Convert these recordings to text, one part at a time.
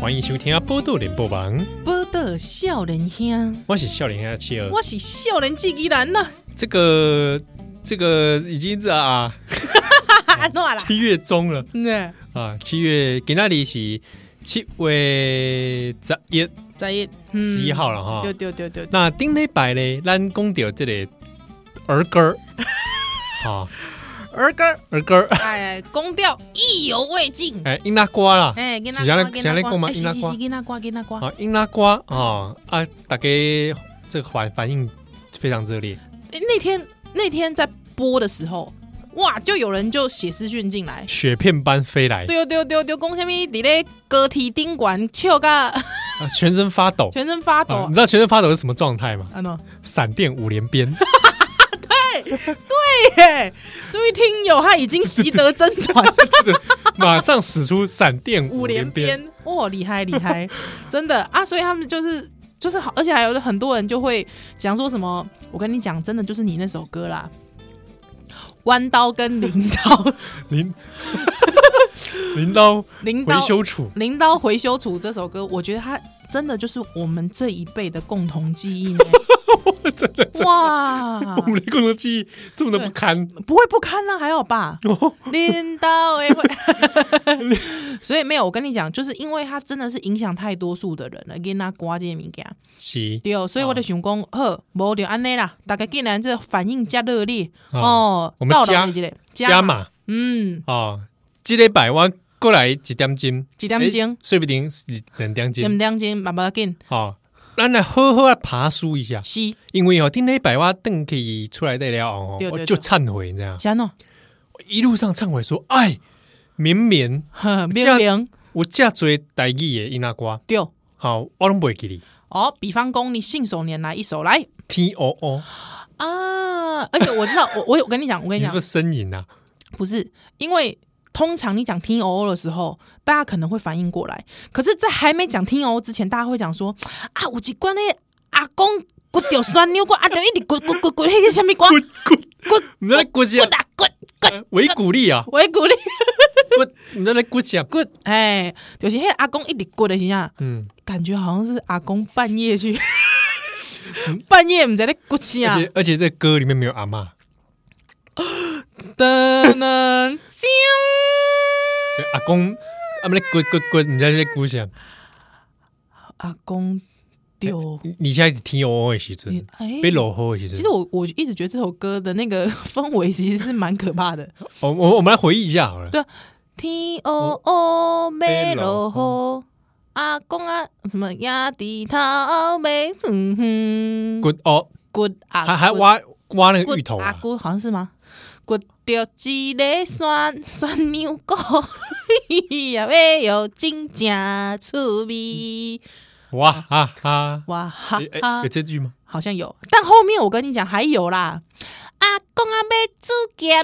欢迎收听《波多连播网》，报道少年兄，我是笑脸下企鹅。我是少年自己人呐， 这个这个已经是啊 安怎啦？七月中了嗯，啊，七月今那里是七月十一十一十一，号了哈。嗯对对对对，对那顶礼拜呢，咱讲到这个儿歌 儿啊，儿歌，儿歌儿 哎，公调意犹未尽，哎，英拉瓜啦，哎，跟他是谁来跟谁来讲他嘛哎是囡仔是歌是跟他瓜跟他瓜，啊，英拉瓜啊啊，大家这个反反应非常热烈。哎那天那天在播的时候，哇，就有人就写私讯进来。雪片般飞来，对对对对，讲什么？伫咧高铁顶管笑甲啊全身发抖。全身发啊抖你，知道全身发抖是什么状态吗？安喏，闪电五连鞭， 嘿，这位哎听友他已经习 得真传，马上使出闪电五五连连鞭。鞭，哦，厉害厉 害，真的啊！所以他们就是就是好，而且还有很多人就会讲说什么，我跟你讲，真的就是你那首歌啦，弯刀跟镰 刀，林林刀镰回刀修处，镰刀回修处这首歌，我觉得它真的就是我们这一辈的共同记忆呢。 真的哇，五哦雷共同记忆这么的不堪。哦不会不堪啊，还好吧？镰 刀也会，所以没有，我跟你讲，就是因为它真的是影响太多数的人了，给啊他刮这些物件。是对，所以哦我就想讲，好，无就安尼啦。大家既然这反应加热烈哦，我们到加了这个加，码嗯，啊，这礼拜我过来一点钟，一点钟诶说不定是两点点钟。点钟慢慢紧，啊，咱来好好啊爬梳一下，是，因为哦，顶礼拜我邓去出来的了哦对，对我对就忏悔这样。是安怎？ 一路上忏悔说：“哎，明明呵这明样明有遮多台语的伊那歌，对，好，我拢袂记哩。哦，比方讲你信手拈来一首来 T O O，啊，而且我知道，我 我有我跟你讲，我跟你你是讲不，是呻吟啊？不是因为。通常你讲听 O O 的时候，大家可能会反应过来。可是，在还没讲听 O O 之前，大家会讲说：“啊，有一关的阿公骨掉酸扭过，啊，就一直滚滚滚滚，迄个什么光滚滚，滚你在骨气啊滚？啊滚！”！呃维骨力啊我会鼓励我你在骨气啊？滚， 哎，就是迄阿公一直滚的形象，嗯，感觉好像是阿公半夜去， 半夜唔知咧骨气啊而，且而且这歌里面没有阿嬷，噔噔啾，这阿公阿们在滚滚滚，你在在骨气啊？阿公丢你你现在 T O O 的时你阵，哎被落后的时其阵实，我我一直觉得这首歌的那个氛围其实是蛮可怕的。哦我我我们来回忆一下好了。对啊天哦哦被没落落雨，阿公啊什么呀地头没，嗯哼，滚哦，滚啊还还滚挖挖那个骨芋头阿啊？姑好像是吗？骨掉一个酸酸牛骨， 也要有真正趣味。哇哈哈！哇哈诶诶哈有，这句吗？好像有，但后面我跟你讲还有啦。阿公啊，要煮咸，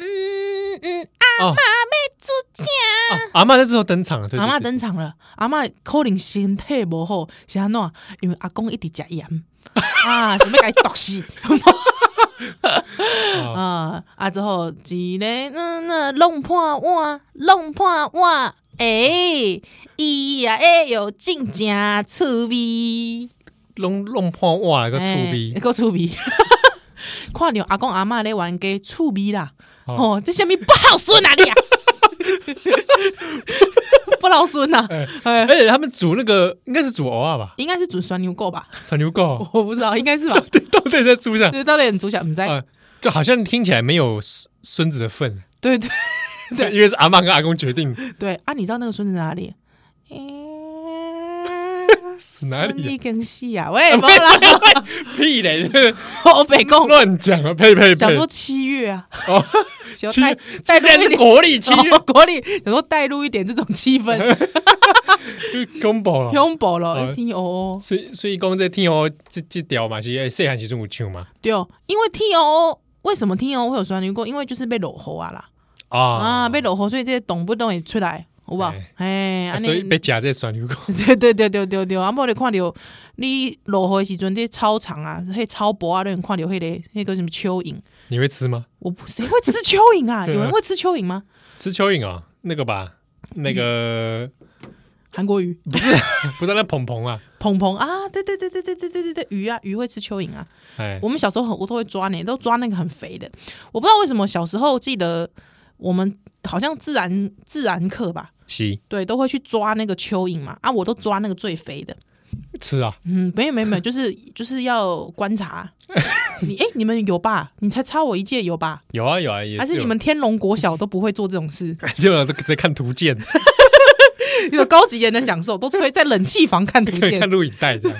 嗯阿哦妈要煮正。啊，阿嬷在这时候登场了，对对阿嬷对登场了，阿嬷可能身体无好，是安怎？因为阿公一直食 盐啊，想要甲伊毒死。哦啊啊！之后一个嗯那弄破碗，弄破碗，诶、伊也会有真正趣味，弄弄破碗个醋欸逼，够趣味。 看着阿公阿嬷咧玩家趣味啦，哦哦，这虾米不好孙啊你啊， 不老孙啊，而且他们煮那个应该是煮蚵仔吧，应该是煮酸牛垢吧？炒牛垢，我不知道，应该是吧？ 到底在煮啥？就是到底很主角，唔知啊，就好像听起来没有孙孙子的份，对对对， 因为是阿妈跟阿公决 定对啊！你知道那个孙子在哪里？是哪里你更细啊？ 喂，不啦，啊屁嘞，这个我北宫乱讲啊，呸呸哦想呸！说七月啊，哦， 想七带月带现在入一是点国历七 哦 国历，想说带入一点这种气氛，月公 宝了，听饱哦了，哎听哦哦，所以所以讲这听哦，这这条嘛是哎细汉时阵有唱嘛对哦，因为听哦哦，为什么听哦哦会有酸溜过？因为就是被落喉啊啦，啊，啊，被落喉，所以这些懂不懂也出来，好不好哎？哎，啊安尼所以被夹这酸牛垢， 对对对对对对，啊！无你看着你落雨的时阵，这操场啊，迄草坡啊，你看着迄、个迄个什么蚯蚓，你会吃吗？我不谁会吃蚯蚓啊？有人会吃蚯蚓吗？吃蚯蚓啊，那个吧，那个韩国鱼，不是嗯不是那鹏鹏啊，鹏鹏啊，对对对对对对对对对，鱼啊，鱼会吃蚯蚓啊。哎我，们小时候很我都会抓呢，都抓那个很肥的。我不知道为什么小时候记得我们好像自然自然课吧，是对，都会去抓那个蚯蚓嘛。啊，我都抓那个最肥的。吃啊，嗯，没有没有没有，就是就是要观察。你哎、你们有吧？你才差我一届有吧？有啊有啊，也还是有你们天龙国小都不会做这种事？ 就有人直接看图鉴，有高级人的享受，都吹在冷气房看图 看鉴，录影带这 样，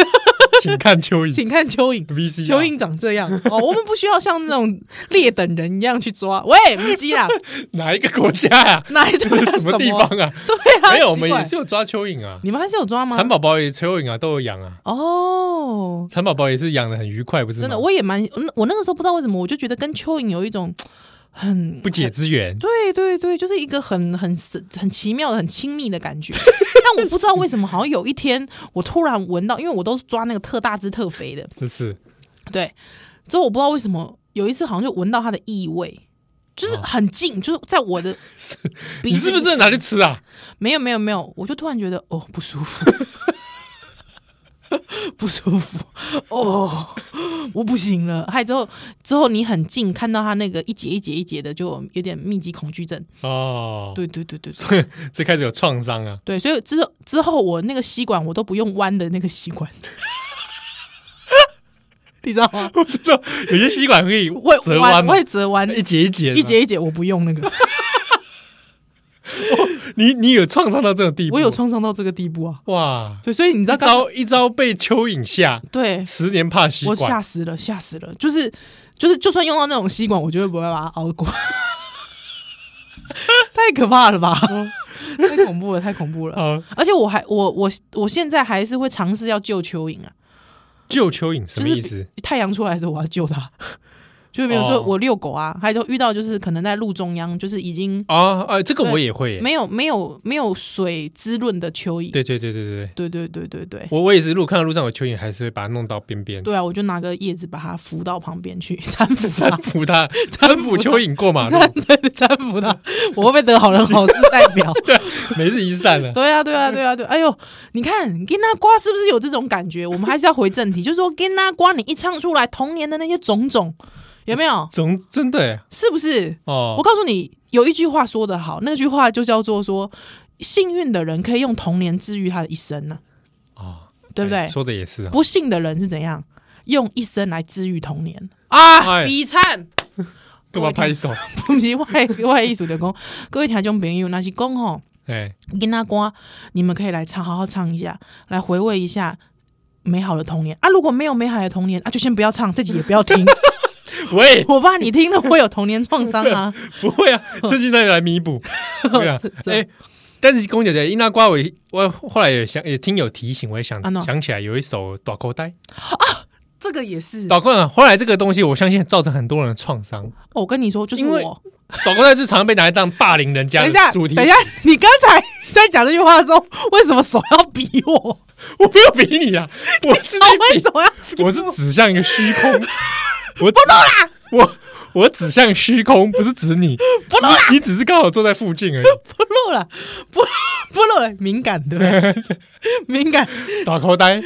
请看蚯蚓请看蚯蚓。 VC，蚯蚓长这样哦，我们不需要像那种劣等人一样去抓。喂，不是 啦，哪一个国家 啊？哪一这种是什么地方？啊？对啊，没有，我奇们怪也是有抓蚯蚓啊，你们还是有抓吗？蚕宝宝也蚯蚓啊，都有养啊，哦，蚕宝宝也是养的很愉快，不是吗？真的，我也蛮我那个时候不知道为什么，我就觉得跟蚯蚓有一种很不解之缘，对对对，就是一个很很很奇妙的、很亲密的感 觉。但我不知道为什么，好像有一天我突然闻到，因为我都是抓那个特大只、特肥的，真是对。之后我不知道为什么有一次好像就闻到它的异味，就是很近，就是在 我的鼻哦你子是不里？是拿去吃啊？没有没有没有，我就突然觉得哦不 舒服，不舒服哦，我不行了。还之后之后你很近看到它那个一节一节一节的，就有点密集恐惧症。哦，对对对对对。这开始有创伤 啊，对，所以之后之后我那个吸管我都不用弯的那个吸 管，你知道吗？我知道有些吸管可以会折弯哎嘛会，折弯，一节一节的嘛，一节一节我不用 那个，你你有创伤到这种地步？我有创伤到这个地步啊！哇！所以所以你知道一刚招一招被蚯蚓吓，对十年怕吸我吓管。死了，吓死了，就是就是就算用到那种吸管，我绝对不会把它熬过， 太可怕了吧？嗯 太恐怖了，太恐怖了！啊，而且我还我我我现在还是会尝试要救蚯蚓啊，救蚯蚓什么就是意思？太阳出来的时候，我要救它。 就比如说哦我遛狗啊，还有就遇到就是可能在路中央，就是已经啊啊，这个对我也会耶。没有没有没有水滋润的蚯蚓。对对对对对，对对对对对我我也是，如果看到路上有蚯蚓，还是会把它弄到边边，对啊！我就拿个叶子把它扶到旁边去， 搀扶它搀，扶它，搀扶蚯蚓过马路， 对对，搀扶它。我会不会得好人好事代 表？每日一善了。对啊，对啊，对啊，对！哎呦，你看跟那瓜是不是有这种感觉？我们还是要回正题，就是说跟那瓜，你一唱出来童年的那些种种，有没有？总真的耶是不是？我哦，告诉你，有一句话说得好，那句话就叫做说，幸运的人可以用童年治愈他的一生呢、哦，对不对哎说的也是啊，不幸的人是怎样用一生来治愈童年啊？哎比惨，干嘛拍手？不是外外艺术的工，各位听众朋友，那是讲吼，哎，跟他瓜，你们可以来唱，好好唱一下，来回味一下美好的童年啊！如果没有美好的童年啊，就先不要唱，自己也不要听，喂，我怕你听了会有童年创伤啊！ 不会啊，这现在来弥补。对啊，这哎，但是公姐姐伊那瓜我也，我后来也想也听有提醒，我也想啊喏想起来有一首《短口袋》。这个也是，短口袋后来这个东西，我相信造成很多人的创伤。哦我跟你说，就是因为我。短口袋就常常被拿来当霸凌人家的等一下，主题。等一下， 你刚才在讲这句话的时候，为什么手要比我？ 我没有比你啊，我是他为在什么要比比， 我是指向一个虚空。我不懂啊啦，我我指向虚空，不是指你，不懂啦，你只是刚好坐在附近而已。不录了？不 不录了，敏感对不对？ 敏感。短口袋，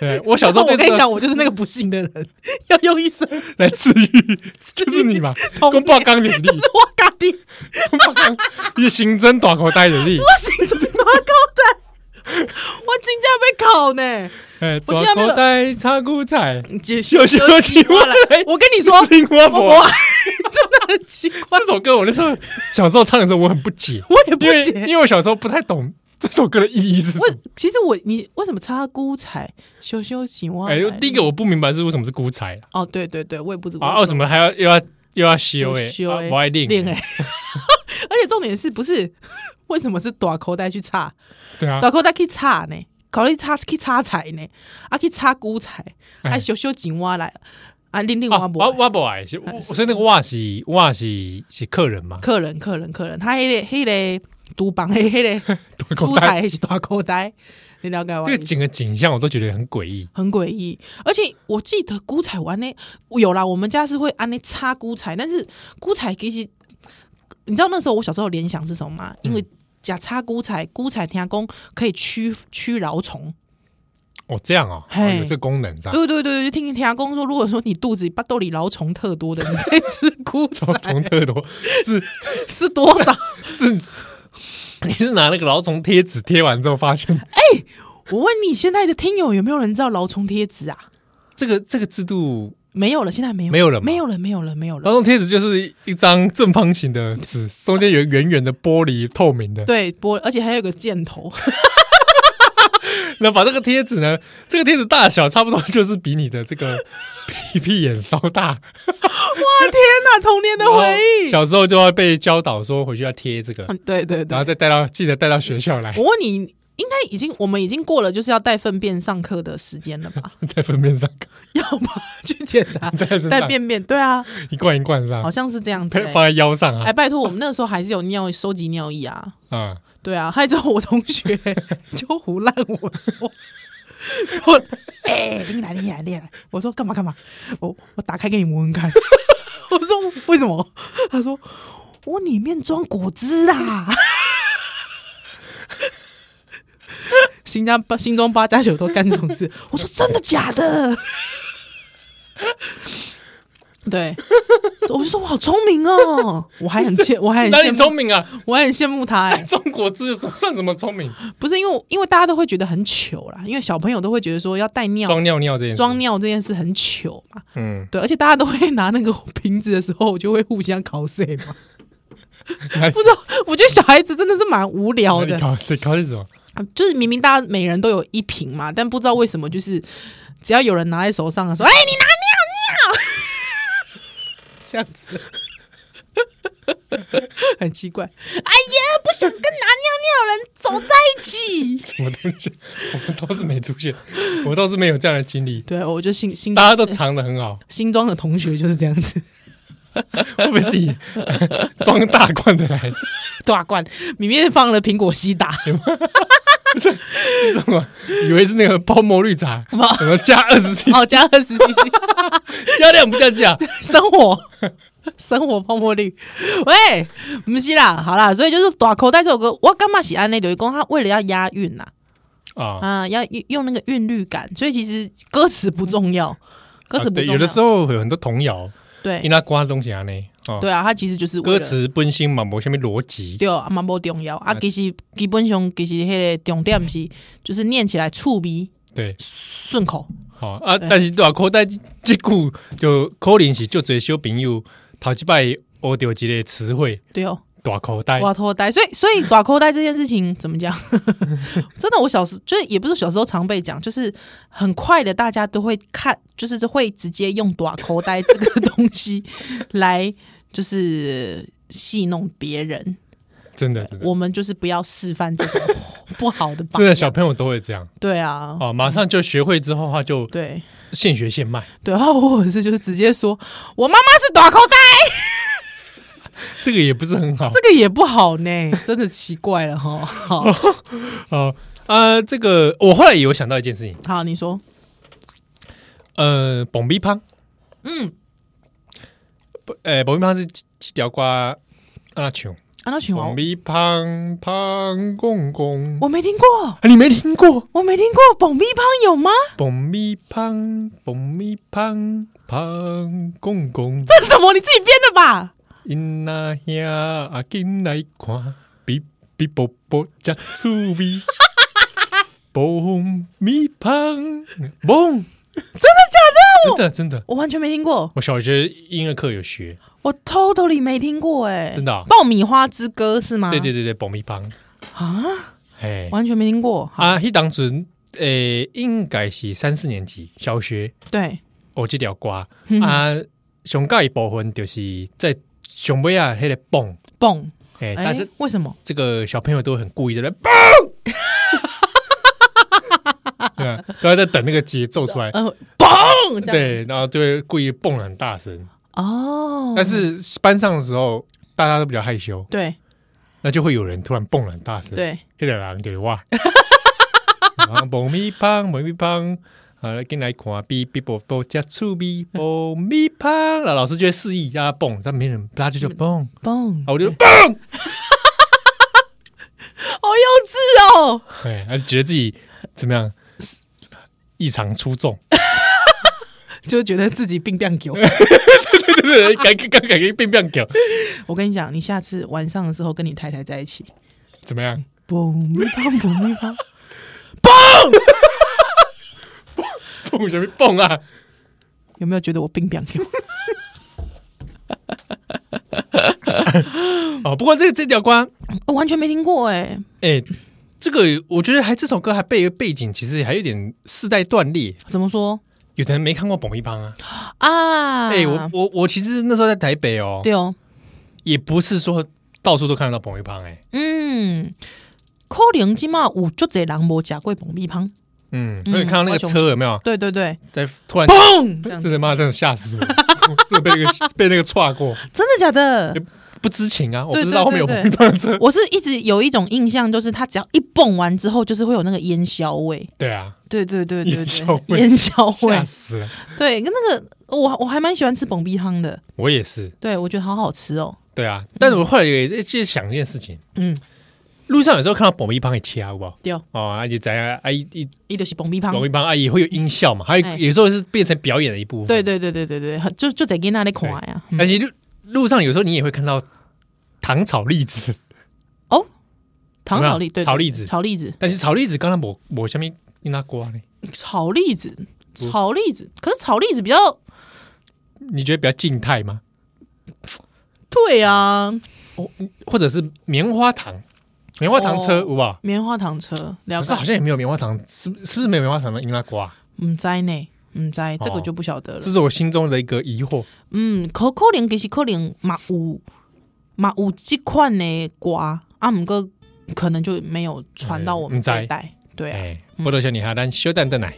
对我小时候我对跟你这讲，我就是那个不幸的人，要用一生来治愈， 就是你嘛，童跟年爆钢点力 就，是我嘎的，我跟爆钢，你刑侦短口袋的 力，心就是多高的，我真正被考 呢。哎，我短竟然没有口袋插菇仔，就休息休息过过来来，我跟 你说，听花我 佛。真的很奇怪这，首歌我那时候小时候唱的时候，我很不解，我也不因为解。因为我小时候不太懂这首歌的意义是什么为。其实我你为什么插菇彩羞羞喜欢？哎、第一个我不明白是为什么是孤柴哦，对对对，我也不知道啊，为什么还要又要又要修哎、修啊我爱练练哎， 而且重点是不是 为什么是短口袋去插？对啊，短口袋去插呢？考虑插去插彩呢？啊，去插菇彩，哎啊，小小井蛙来啊，另另啊外我不。哎我不爱，是我所以那个哇是哇是是客人嘛，客人，客人，客人，他迄个、迄个独棒，迄 迄个短口猪袋彩，哦迄是大口袋，你了解我这的意个思？整个景象我都觉得很诡异很诡异。而且我记得菇彩玩呢，有啦，我们家是会按那插嗯菇彩，但是菇彩其实你知道那时候我小时候联想是什么吗？因为。假插菇菜，菇菜听讲可以驱驱饶虫。哦，这样哦，哦嘿有这功能在，对对对对，就听听阿公说，如果说你肚子巴豆里老虫特多的，你可以吃菇 虫仔，虫特多是是多少？是， 你是拿那个老虫贴纸贴完之后发现，我问你，现在的听友有没有人知道老虫贴纸啊？这个这个制度，没有了，哦现在没有，没有了吗没有了，没有了，没有了老。虫贴纸就是一张正方形的纸，中间有圆圆的玻璃透明的，对，播，而且还有个箭头， 那把这个贴纸呢，这个贴纸大小差不多就是比你的这个 屁屁眼稍大。那童年的回忆。小时候就要被教导说回去要贴这个，嗯，对对对然后。再带到记得带到学校 来我问你，应该已经我们已经过了就是要带粪便上课的时间了吧？ 在粪便上要吧，去检查 带身上带便便，对啊，一罐一罐好上，像是这样 子、配放欸。在腰上啊哎，拜托，我们那时候还是有尿收集尿液啊。啊！对啊，还知道我同学 就胡乱我说。说， 哎、你来，你来，你来！我说干嘛干嘛？我我打开给你闻闻看。 我说为什么？他说我里面装果汁啊啦。 新疆八新庄八加九都干这种事。我说真的假的？ 对，我就说我好聪明哦，我还很羡，我还很哪里羡慕，聪明啊？我还很羡慕他哎、中国字算什么聪明？不是因为我因为大家都会觉得很糗啦，因为小朋友都会觉得说要带尿装尿尿这件事装，尿这件事很糗嘛，嗯，对，而且大家都会拿那个瓶子的时候就会互相 cos 嘛， 哪里不知道，我觉得小孩子真的是蛮无聊哪的里，考试考试什么？啊就是明明大家每人都有一瓶嘛，但不知道为什么就是只要有人拿在手上的时候，哎、你拿尿尿， 这样子。很奇怪，哎呀，不想跟拿尿尿的人走在一起。什么东西？我倒是没出现，我倒是没有这样的经历。对，我就心心大家都藏的很好，新庄的同学就是这样子， 会不会自己 装大罐的来？大罐里面放了苹果西打， 什么？以为是那个泡沫绿茶，什么加二十 cc，哦，加二 十 CC，加量不加价？生活生活泡沫绿，喂，不是啦，好啦，所以就是短口袋这首歌，我干嘛喜安内刘一公，他为了要押韵呐、啊，啊，要用那个韵律感，所以其实歌词不重要，歌词啊不对，重要，有的时候有很多童谣，因对那刮东西啊呢，哦，对啊，他其实就是为歌了。词哎本身嘛，无什么逻辑，对啊，嘛无重要啊，其实基本上其实迄个重点是，就是念起来趣味对，顺口，好啊，对但是对吧？口袋这句就可能是就最小朋友头一摆学到一个词汇，对哦。大口袋，挂口袋，所以所以挂口袋这件事情怎么讲？ 真的，我小时就是也不是小时候常被讲，就是很快的，大家都会看，就是会直接用挂口袋这个东西来就是戏弄别人。真的真的我们就是不要示范这种不好的 榜真样的啊小朋友都会这样对啊，啊，马上就学会之后，他就对现学现卖，对，然后或者是就是直接说我妈妈是短口袋，这个也不是很好这个也不好呢，真的奇怪了哈。好，啊啊。这个我后来也有想到一件事情，好，你说，呃，蹦逼胖，嗯，呃，蹦逼胖是几几条瓜啊？球啊，那群王蹦，逼胖胖公公，我没听过。啊你没听过？我没听过蹦咪胖 有吗？蹦咪胖，蹦咪胖，胖公公，这是什么？你自己编的吧？因那兄啊，紧来看，比比波波真趣味。蹦咪胖，蹦，真的假的？真的真的，我完全没听过，我小学音乐课有学，我 totally 没听过哎、真的啊爆米花之歌是吗？对对对对，蹦咪胖，啊，哎完全没听过。好，啊，迄当时诶，应该是三四年级小学，对，学这条歌嗯啊，上高一部分就是在上尾啊，迄个蹦。蹦，哎、哎、但是为什么？这个小朋友都很故意在那边蹦，对啊，都还在等那个节奏出来，呃，蹦，这样哎对，然后就会故意蹦得很大声。哦，但是班上的时候，大家都比较害羞，对那就会有人突然蹦得很大声，，对，黑人狼就是哇，然后蹦咪蹦蹦咪蹦。好了，进来看哔哔啵啵加醋哔啵咪啪，然后老师就会示意让哦他蹦，但没人，大家就就蹦，蹦啊，，我就哦，哎，他就觉得自己怎么样异常出众，就觉得自己病变 狗。对对对，改改改改变变狗，我跟你讲，你下次晚上的时候跟你太太在一起，怎么样？嘣咪砰嘣咪砰，蹦什么蹦啊？ 有没有觉得我病变狗？哦，不过这这条瓜，我完全没听过哎、哎，这个我觉得还这首歌还背背景其实还有点世代断裂，怎么说有的人没看过《蹦一帮》啊。啊？哎，我我我其实那时候在台北哦，对哦，也不是说到处都看得到蹦一帮，哎，嗯，可能今嘛有足侪人无食过蹦米芳，嗯，嗯而且看到那个高雄车有没有对对对，在突然， 嘣，这样子这他妈真的吓死我，真的被那个被那个踹过。真的假 的？不知情啊，我不对知道对后面有对红绿灯车。我是一直有一种印象，就是它只要一蹦完之后，就是会有那个烟硝味。对啊，对对对对烟硝对，味烟硝味吓。死了！对，跟那个我我还蛮喜欢吃蹦逼汤的，我也是，对我觉得好好吃哦。对啊。但是我后来也也也想一件事情，嗯，路上有时候看到蹦一帮给切好不好？对，哦，而且咱啊一一一就是蹦逼汤。蹦一帮啊也会有音效嘛，还有哎有时候是变成表演的一部分。对，对对对对对，很就就在给那里看呀。嗯而且路路上有时候你也会看到糖炒栗子，哦，糖有没有炒栗对对炒栗子炒栗子但是炒栗子刚才抹抹下面一拉瓜呢，炒栗子嗯炒栗子，可是炒栗子比较你觉得比较静态吗？对啊，或者是棉花糖，棉花糖车哦好不好？棉花糖车了可是好像解，也没有棉花糖，是不是不是没有棉花糖的樱拉瓜？唔知呢，唔知这个哦就不晓得了这。是我心中的一个疑惑。嗯，可可能其实可能嘛有嘛有这款的瓜啊，毋过可能就没有传到我嗯们不知这一代。对啊，哎，波多小女孩，咱小蛋蛋来。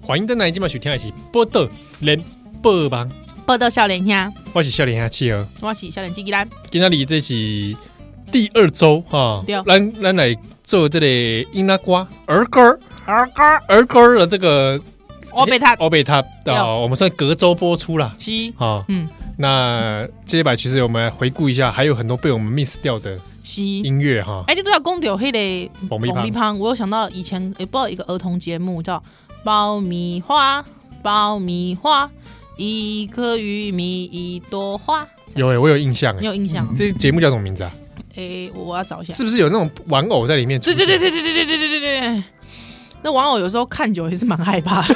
欢迎登来，今晚收听的是《波多连播帮》，报道少年兄，我是笑脸下企鹅。我是少年机器人。今天里这是第二周哈对，咱咱来做这个樱拉瓜儿歌儿二哥，儿歌儿的这个我被他欧贝塔对啊，我们算隔周播出啦。是啊。嗯那这一把其实我们来回顾一下，还有很多被我们 miss 掉的是。音乐哈。哎，你都要讲到迄个爆米爆棒米胖，我有想到以前也不知道一个儿童节目叫爆米花，爆米花，一颗玉米一朵花，有哎，我有印象你哎。有印象吗？这节目叫什么名字啊？哎，我要找一下。是不是有那种玩偶在里面？对对对，对对对对对对对对。那玩偶有时候看久也是蛮害怕 的，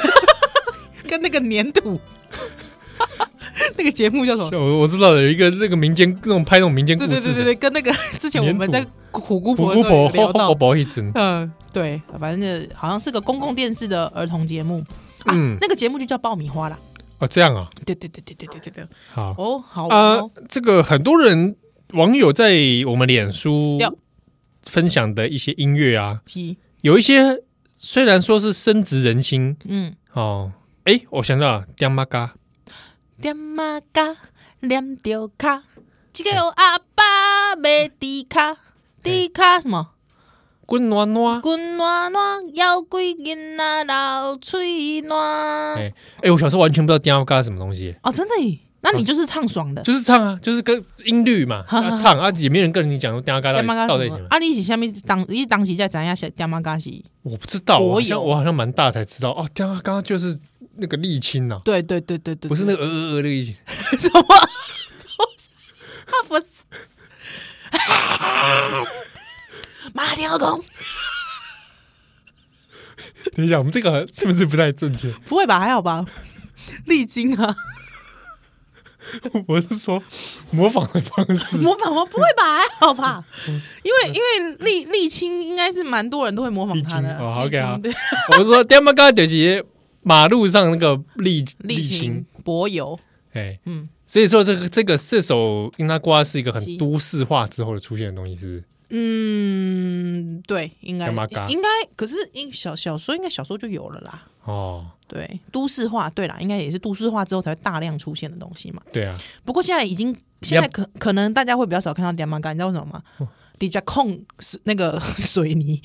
跟那个粘土， 那个节目叫什么？我我知道有一个那个民间那种拍那种民间故对事的，对对对对，跟那个之前我们在粘虎姑虎婆姑的时候婆有聊吼吼到，婆一尊，嗯，对，反正就好像是个公共电视的儿童节目啊，嗯那个节目就叫爆米花啦。哦，这样啊，对对对对对对对对，好哦，好玩啊哦，，这个很多人网友在我们脸书对分享的一些音乐啊，鸡，有一些虽然说是深植人心嗯，哦，哎，我想到了刁妈嘎，点啊嘎，点着卡，这个有阿爸买猪卡，猪卡什么？滚暖暖，滚暖暖，摇鬼囡仔流喙暖。哎哎，我小时候完全不知道刁妈嘎是什么东西，哦，真的耶？那你就是唱爽的。就是唱啊，就是跟音律嘛，哈哈啊唱啊，也没人跟你讲说刁妈嘎到点底妈到底嘎是什什么，么啊，你是下面当，你当时在怎样写点妈嘎是？我不知道啊，我好像有我好像蛮大才知道哦，刁妈嘎就是那个沥青呐，对对对对对，不是那个个呃呃呃的沥青， 什么，他啊不是。 马条公等一下，我们这个是不是不太正确？不会吧？还好吧？ 历经啊， 我是说模仿的方式，模仿吗？不会吧？还好吧？嗯因为因为沥沥青应该是蛮多人都会模仿他的沥。青哦好，OK，好沥青对， 我是说 d e m a g a 就是马路上那个沥沥沥青青，、柏油，哎，嗯，所以说这个这个这首《樱拉瓜》是一个是很都市化之后的出现的东西，是不是？嗯，嗯，对，应该干嘛嘎应该，可是应小小说应该小时候就有了啦。哦，对，都市化，对啦，应该也是都市化之后才会大量出现的东西嘛。对啊，不过现在已经，现在可可能大家会比较少看到 d i a m a g a 你知道为什么 吗 d i j a 控那个 水泥，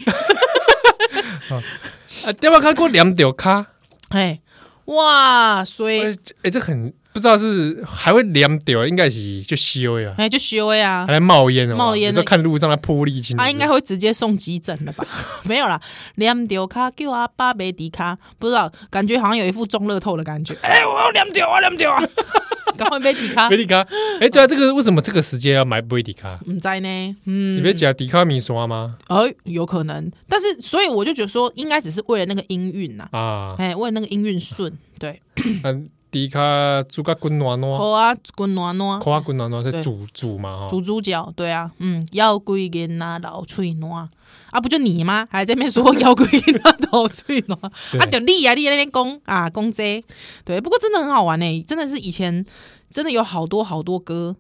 啊，电话卡给我两屌卡，哎，哇，水，哎、哎这很不知道是还会两屌，应该是就修呀，哎，就修啊还，在冒烟哦，冒烟你说看路上它泼沥青，他应该会直接送急诊的吧？ 没有啦，两丢卡叫阿巴梅迪卡，不知道，感觉好像有一副中乐透的感觉。 哎、我要两丢啊，两丢啊！ 赶快梅迪卡维，迪卡，哎、对啊，这个为什么这个时间要买维迪卡？唔知呢，是嗯，被加迪卡米刷吗？哎、有可能，但是所以我就觉得说，应该只是为了那个音韵呐、啊，哎、为了那个音韵顺，对，那迪卡煮个滚暖暖，口啊滚暖暖，夸滚暖暖是对煮煮嘛哈，煮猪脚，对啊，嗯，腰龟根呐，老脆暖啊，不就你吗？还在那边说 腰龟根呐，老脆暖对啊，就你啊，你在那边攻啊，攻这个，对，不过真的很好玩呢、真的是以前真的有好多好多歌，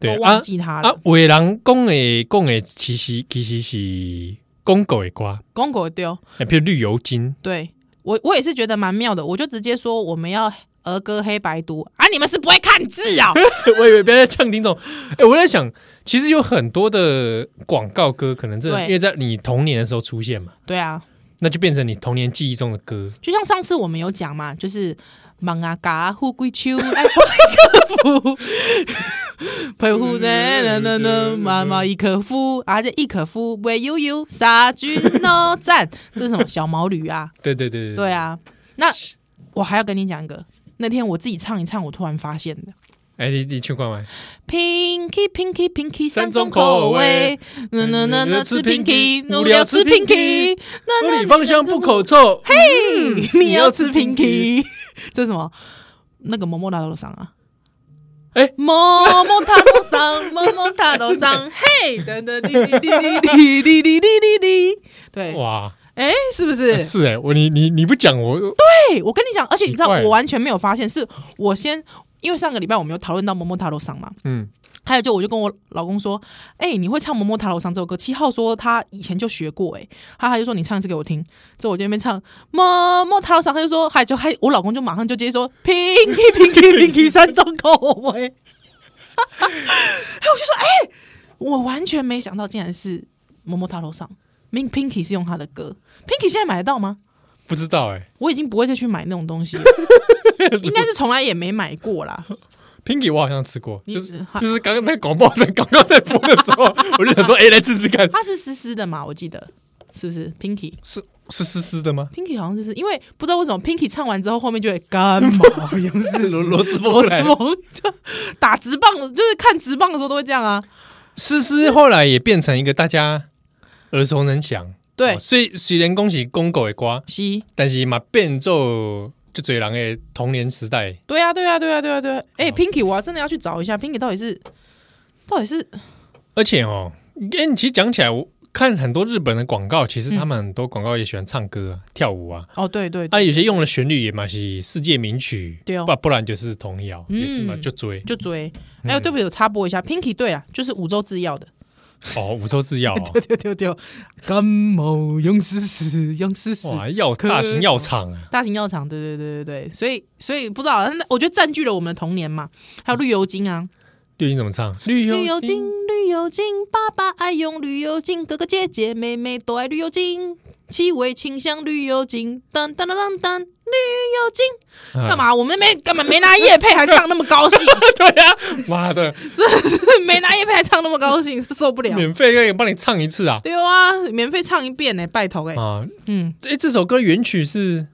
对都啊忘记它啊了，，伟人讲的讲的其实其实是公狗的瓜，公狗丢，哎，譬如绿油精，对我我也是觉得蛮妙的，我就直接说我们要儿歌黑白读啊，你们是不会看字啊、我以为别人在呛听众，哎、我在想，其实有很多的广告歌，可能这对因为在你童年的时候出现嘛， 对啊，那就变成你童年记忆中的歌。就像上次我们有讲嘛，就是忙啊嘎富贵秋爱哎 花一棵夫，佩服在呢呢呢妈妈一棵夫啊，这一棵夫喂悠悠杀菌 哦赞，这是什么小毛驴啊？对对对对对！啊，那我还要跟你讲一个，那天我自己唱一唱，我突然发现的。哎、你你去逛完， Pinky Pinky Pinky 三三种种口口味味，嗯那那那那吃 Pinky，无无聊聊吃吃 Pinky Pinky，那物那理芳香不口臭，嘿、你要吃 Pinky，这是什么？那个某某大头上啊，哎某某大头 上，某某大头上，嘿，噔噔滴滴滴滴滴滴滴滴滴，对，哇，哎，是不是？是哎、我你你你不讲我，对，哎我跟你讲，而且你知道，奇怪我完全没有发现，是我先，因为上个礼拜我们有讨论到某某大头上嘛，嗯，还有就我就跟我老公说，哎、你会唱《摸摸塔楼上》这首歌？七号说他以前就学过、哎，他他就说你唱一次给我听。这我就在那边唱《摸摸塔楼上》，他就说，还就还我老公就马上就直接说 Pinky Pinky Pinky 三种口味。哎，我就说，哎、我完全没想到，竟然是《摸摸塔楼上》，Min Pinky 是用他的歌，Pinky 现在买得到吗？不知道哎、我已经不会再去买那种东西 了，应该是从来也没买过啦。 Pinky 我好像吃过，你就是哈就是刚刚那广告在广告在播的时 候，我就想说，哎、来试试看，它是湿湿的嘛，我记得是不是？Pinky。是是湿湿的吗？ Pinky 好像就是因为不知道为什么 Pinky 唱完之后，后面就会干毛，有没有是罗罗斯罗福斯来，蒙就打直棒，就是看直棒的时候都会这样啊。诗诗后来也变成一个大家耳熟能详。对哦，虽虽然恭喜公狗的歌，西，但是嘛变奏就最人的童年时代。对啊，对啊，对啊，对啊，对啊。哎、哦 p i n k y 我真的要去找一下 Pinky 到底是到底是而且哦，跟你其实讲起来，我看很多日本的广告，其实他们很多广告也喜欢唱歌、啊、跳舞啊。哦，对对对，啊，有些用的旋律也嘛是世界名曲，对哦不不然就是童谣，嗯也是嘛就追就追。哎呦，对不起，我插播一下，Pinky 对了，就是五洲制药的。哦，五洲制药、哦， 对对对，干毛用死死用死死。哇，药大型药厂啊，大型药厂，对对对对对，所以所以不知道，我觉得占据了我们的童年嘛。还有绿油精啊，绿金怎么唱？绿绿油精，绿油精，爸爸爱用绿油精，哥哥姐姐妹妹都爱绿油精，气味清香绿油精，当当当当当，绿油精。干干？嘛？我们那边根本没拿叶配，还唱那么高兴，对啊， 妈的，真的是没拿叶配还唱那么高兴，受不了。免费可以帮你唱一次啊！对啊，免费唱一遍呢、拜托哎、啊，嗯，哎，这首歌原曲是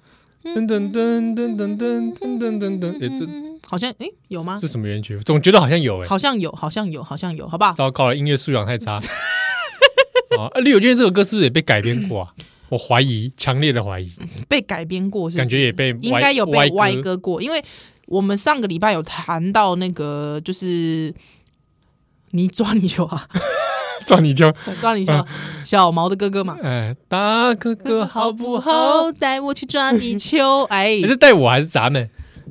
噔噔噔噔噔噔噔噔噔噔，诶这嗯好像哎、有吗是？什么原曲？总觉得好像有哎，好像有，好像有，好像有，好不好？糟糕了，音乐素养太差。啊，绿友娟这首歌是不是也被改编过啊？我怀疑，强烈的怀疑，被改编过是不是感觉也被应歪该有被歪歪歌歌过，因为我们上个礼拜有谈到那个就是你抓你球啊， 撞你就 抓你球，小毛的哥 哥嘛，哎，大哥哥好不好？好带我去抓泥鳅，哎你，是哎带我还是咱们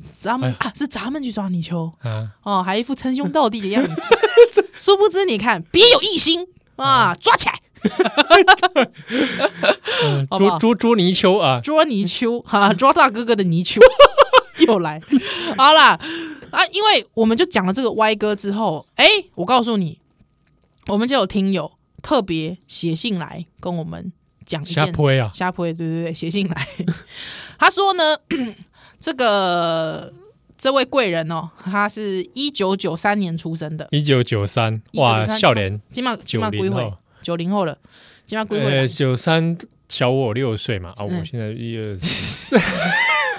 咱们啊是咱们去抓泥鳅啊？哦， 还一副称兄道弟的样子，殊不知你看别有异心啊，抓起来，嗯好不好捉捉捉泥鳅啊，捉泥 鳅哈，抓大哥哥的泥鳅又来，好啦啊，因为我们就讲了这个歪歌之后，哎、我告诉你，我们就有听友特别写信来跟我们讲一瞎件泼啊，下坡，对对对，写信来， 他说呢， 这个这位贵人哦，他是一九九三年出生的，一九九三，哇， 1993笑脸今嘛今九嘛归零回后，九零后了，今嘛归回呃，了，九三小我六岁嘛，啊，嗯我现在一二，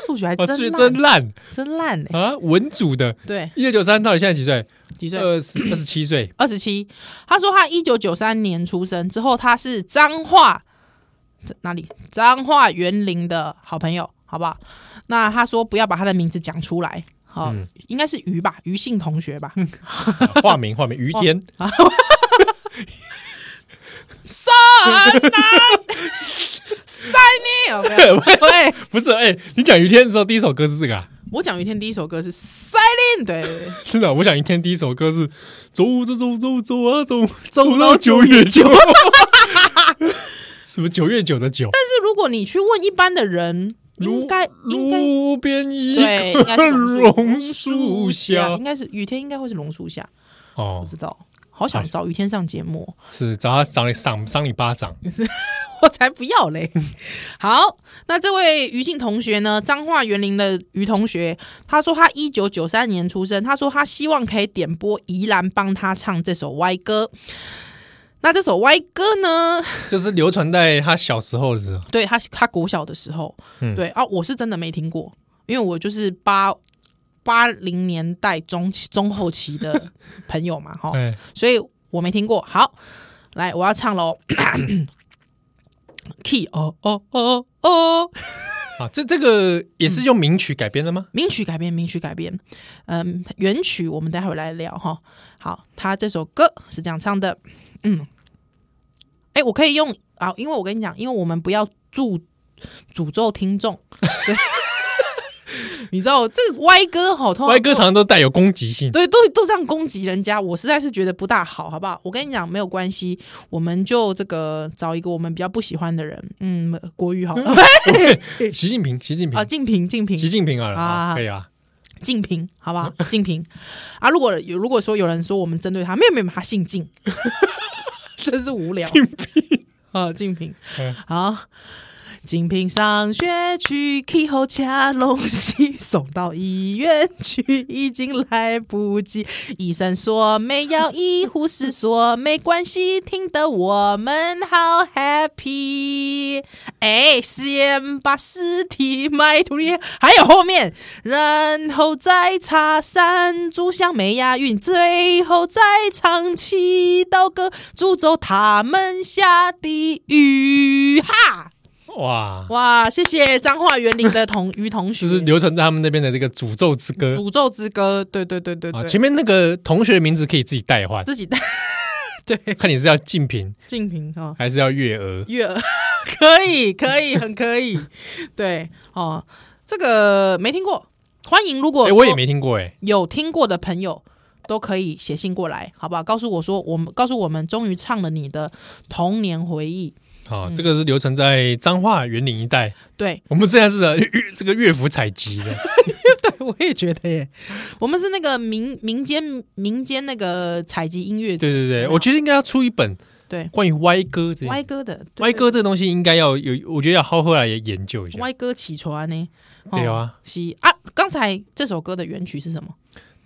数学还我哎真哦是真烂烂真烂哎、啊，文组的，对，一九九三到底现在几岁？几岁？二十二十七岁，二十七，他说他一九九三年出生之后，他是彰化这哪里彰化园林的好朋友，好不好？那他说不要把他的名字讲出来，好、嗯应该是于吧，于姓同学吧。啊化名化 名于天， 三男三女，有没 有喂，不是，哎，你讲于天的时候，第一首歌是这个啊，我讲于天第一首歌是《三林》，对对，对真的，我讲于天第一首歌是走走走走走啊走，走到九月九，什么九月九的九？但是如果你去问一般的人，应该应该路边一对，应该棵是榕树 树下应。该是雨天，应该会是榕树下，哦不，知道。好想找雨天上节目哦，是找他赏你赏赏你巴掌，我才不要嘞！ 好，那这位于姓同学呢，彰化园林的于同学，他说他一九九三年出生，他说他希望可以点播宜兰帮他唱这首歪歌。那这首歪歌呢，就是流传在他小时候的时候。对他他国小的时候，嗯对啊，我是真的没听过，因为我就是八八零年代中期中后期的朋友嘛， 哈，哎，所以我没听过。好，来，我要唱喽。key 哦哦哦哦，啊，这这个也是用名曲改编的吗？名曲改编，名曲改编，嗯，原曲我们待会儿来聊哈。好，他这首歌是这样唱的，嗯，哎，我可以用啊，因为我跟你讲，因为我们不要诅诅咒听众，所以 你知道这个歪歌啊吼，通常歪歌常常都带有攻击性。 对，都都这样攻击人家，我实在是觉得不大好，好不好？我跟你讲，没有关系，我们就这个找一个我们比较不喜欢的人，嗯，国语好了 习近平，习近啊，平，静平，静平习，近平啊，啊啊可以啊，静 平，好不好？静平啊，如果有如果说有人说我们针对他，没有没有，没有他姓 静，真是无聊。静平啊，静平嗯，好。静平上学去，气候恰龙溪送到医院去，已经来不及。医生说没药医，护士说没关系，听得我们好 happy。哎，先把尸体埋土里，还有后面，然后再插三炷香，没押韵，最后再唱七道歌，诅咒他们下地狱。哈！哇，哇，谢谢彰化园林的同于同 学，就是流传在他们那边的这个诅咒之歌诅咒之歌，对对对对啊。对，前面那个同学的名字可以自己代 换，自己带看你是要静平静平哦，还是要月娥。月儿可以可以很可以，对哦，这个没听过，欢迎如果哎，说我也没听过哎。有听过的朋友。都可以写信过来，好不好？告诉我说，我们告诉我们，终于唱了你的童年回忆。嗯好，哦这个是流传在彰化园林一带。对，我们这样是的乐这个乐府采集 的，我也觉得耶。我们是那个民民间民间那个采集音乐对对对，我觉得应该要出一本对关于歪歌这嗯歪歪歌的歪歌这个东西，应该要有，我觉得要好好来研究一下。歪歌起床呢。哦对啊，是啊。刚才这首歌的原曲是什么？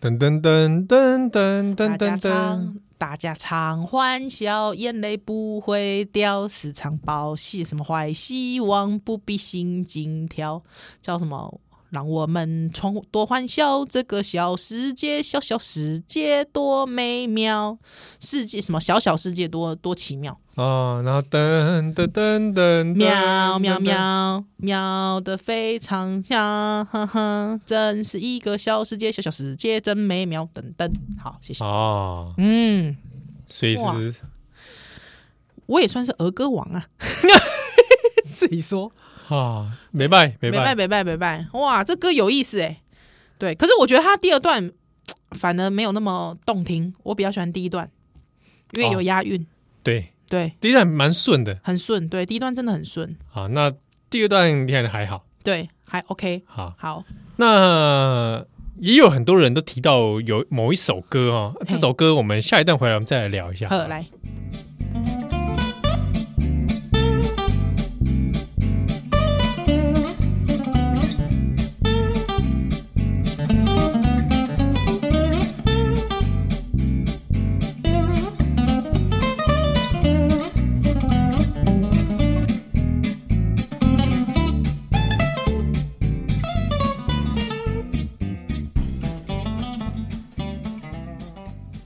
噔噔噔噔噔大噔噔家噔常，大家常欢笑，眼泪不会掉，时常抱希什么怀希望，不必心惊跳，叫什么？让我们从多欢笑，这个小世界，小小世界多美妙，世界什么小小世界多多奇妙，哦，然后噔噔噔噔，喵喵，喵喵的非常像，哈哈，真是一个小世界，小小世界真美妙，等等，好，谢谢，哦，嗯。所以哇是我也算是儿歌王啊。自己说，啊，没拜没没拜拜，没拜没拜，哇，这歌有意思哎。对，可是我觉得他第二段哦反而没有那么动听，我比较喜欢第一段，因为有押韵。对，对，第一段蛮顺的很顺，对，第一段真的很顺，啊，那第二段你看还好对，还 OK，啊。好，那也有很多人都提到有某一首歌哦，嘿这首歌我们下一段回来我们再来聊一下。好，来，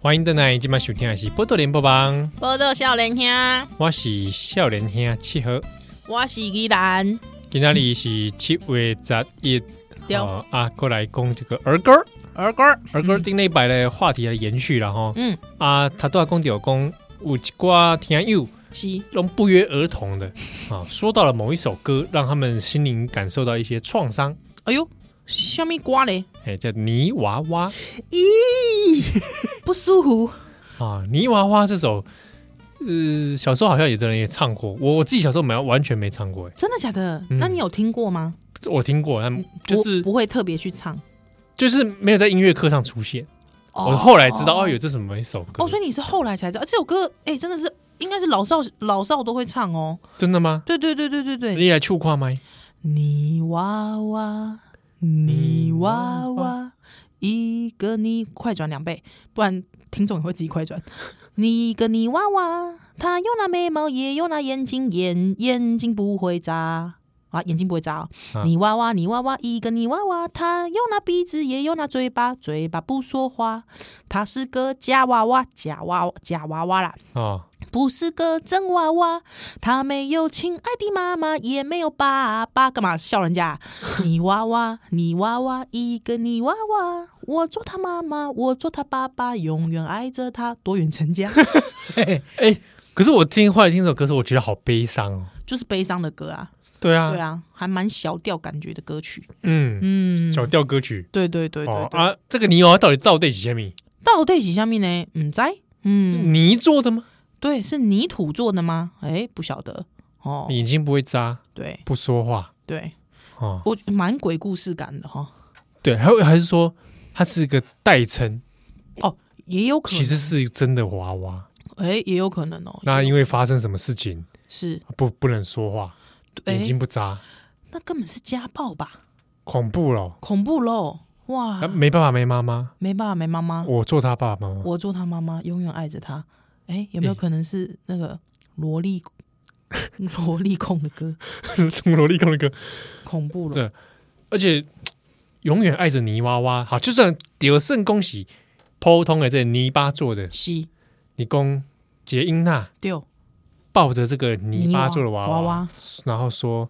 欢迎邓来今晚收听的是《波多连播帮》，报道少年兄，我是笑脸兄啊七和，我是依兰，今天里是七月十一。对嗯哦啊，过来讲这个儿歌儿，二哥，儿歌顶礼拜的话题来延续了哈。嗯，啊，他都要讲有讲有一寡听友是，让不约而同的啊，说到了某一首歌，让他们心灵感受到一些创伤。哎呦，什么歌嘞？哎，叫泥娃娃咦， 不舒服，啊，泥娃娃这首，呃，小时候好像有的人也唱过，我我自己小时候没有完全没唱过，哎，真的假的？嗯那你有听过吗？我听过，但就是不不会特别去唱。就是没有在音乐课上出现。我后来知道哦，有这什么一首歌哦，，所以你是后来才知道、啊这首歌，哎、真的是应该是老少老少都会唱哦。真的吗？对对对对对对，你来触跨麦，泥娃娃，泥娃娃，一个泥，快转两倍，不然听众也会自己快转。 你一个泥娃娃，它有那眉毛，也有那眼睛，眼眼睛不会眨。啊，眼睛不会眨、哦啊泥娃娃，泥娃娃，一个泥娃娃，它有那鼻子，也有那嘴巴，嘴巴不说话，它是个假娃娃，假娃假娃娃啦。哦，不是个真娃娃，他没有亲爱的妈妈，也没有爸爸，干嘛笑人家 啊？泥娃娃，泥娃娃，一个泥娃娃，我做他妈妈，我做他爸爸，永远爱着他，多远 成家，哎，可是我听后来听这首歌的时候，我觉得好悲伤哦。就是悲伤的歌啊，对啊，对啊，还蛮小调感觉的歌曲，嗯，嗯，小调歌曲。对对对哦对对，啊，这个泥娃娃到底到底几千米？到底是下面呢？嗯，在，是嗯，泥做的吗？对，是泥土做的吗？哎，不晓得哦，眼睛不会眨，对不说话对，哦。我蛮鬼故事感的哈，对，还有还是说它是一个代称，哦，也有可能其。实是真的娃娃。哎、也有可能哦。那也因为发生什么事情，是不不能说话，哎、眼睛不眨，那根本是家暴吧？恐怖了。恐怖喽！哇，啊没办法，没妈妈，没办法，没妈妈，我做他爸爸妈 妈。我做他妈妈，永远爱着他。哎、有没有哎可能是那个萝莉 萝莉控的歌？从萝莉控的歌，恐怖对了！而且永远爱着泥娃娃。好，就算得胜恭喜，普通的这泥巴做的，西你公杰英娜丢，抱着这个泥巴做的娃娃，娃娃，然后说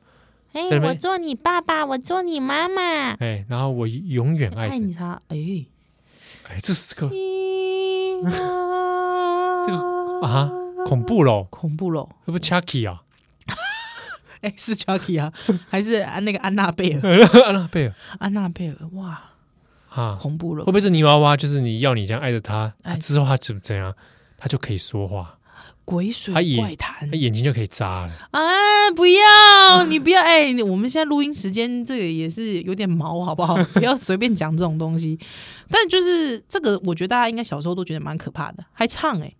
哎、对没我做你爸爸，我做你妈妈：“。哎，然后我永远爱爱着你。你他哎。哎，这是个这这个啊，恐怖咯，恐怖喽！会不会 Chucky 啊？哎、是 Chucky 啊，还是安那个安娜贝 尔？安娜贝尔安娜贝尔，哇， 啊，恐怖了会！不会是泥娃娃？就是你要你这样爱着他，哎他之后他怎么怎样，他就可以说话，鬼水他也怪谈他，眼睛就可以眨了。啊！不要，你不要，哎、你我们现在录音时间这个也是有点毛，好 不好？不要随便讲这种东西。但就是这个，我觉得大家应该小时候都觉得蛮可怕的，还唱哎、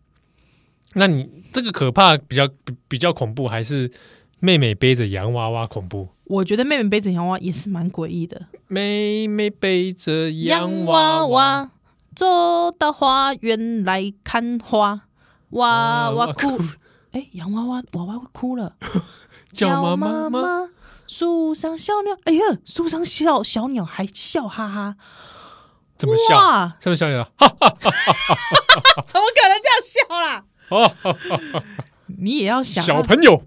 那你这个可怕比较比比较恐怖，还是妹妹背着洋娃娃恐怖？我觉得妹妹背着洋娃也是蛮诡异的。妹妹背着洋洋娃娃娃，娃走到花园来看花，娃啊娃娃哭。哎、洋娃娃娃娃会哭了，叫妈妈妈。妈。树上小鸟，哎呀，树上小小鸟还笑哈哈，怎么笑？哇怎么笑你了？哈怎么可能这样笑啦？哦，哈哈你也要想啊、小朋友，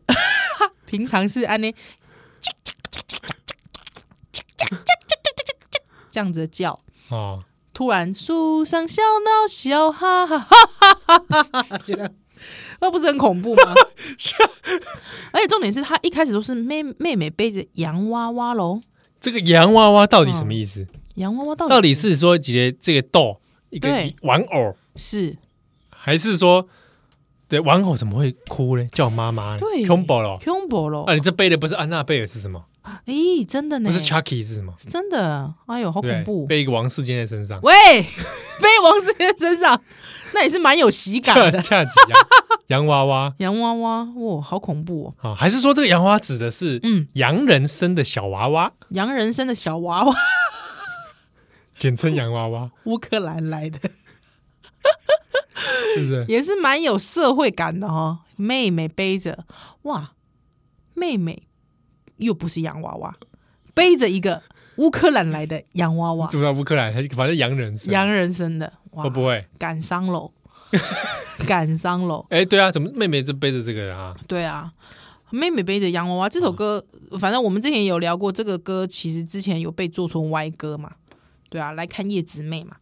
平常是安呢，这样子叫， 哦，突然树上小闹小哈哈哈哈哈，觉得那不是很恐怖 吗？而且重点是他一开始都是妹妹妹背着洋娃娃喽，这个洋娃娃到底什么意思？洋娃娃到底到底是说几个这个豆一个对玩偶，是还是说对，玩偶怎么会哭呢？叫妈妈呢对？Combo 咯， ，Combo 咯啊，，你这背的不是安娜贝尔是什么？咦，哎真的呢，不是 Chucky 是什么？真的，哎呦，好对恐不对，怖！背一个王世坚在身上，喂， 背王世坚身上，那也是蛮有喜感恰 的。恰吉啊，洋娃娃洋娃娃，哇，好恐怖哦！啊，还是说这个洋娃娃指的是嗯洋人生的小娃娃，洋人生的小娃娃，简称洋娃 娃，乌克兰来的， 是不是？也是蛮有社会感的哦。妹妹背着，哇，妹妹又不是洋娃娃，背着一个乌克兰来的洋娃 娃知，不知道乌克兰？还反正洋人生，哦洋人生的，哇，会不会？感伤喽？ 感伤喽？哎，对啊，怎么妹妹这背着这个啊？对啊，妹妹背着洋娃娃这首歌，反正我们之前有聊过，这个歌其实之前有被做成歪歌嘛。对啊，来看叶子妹嘛。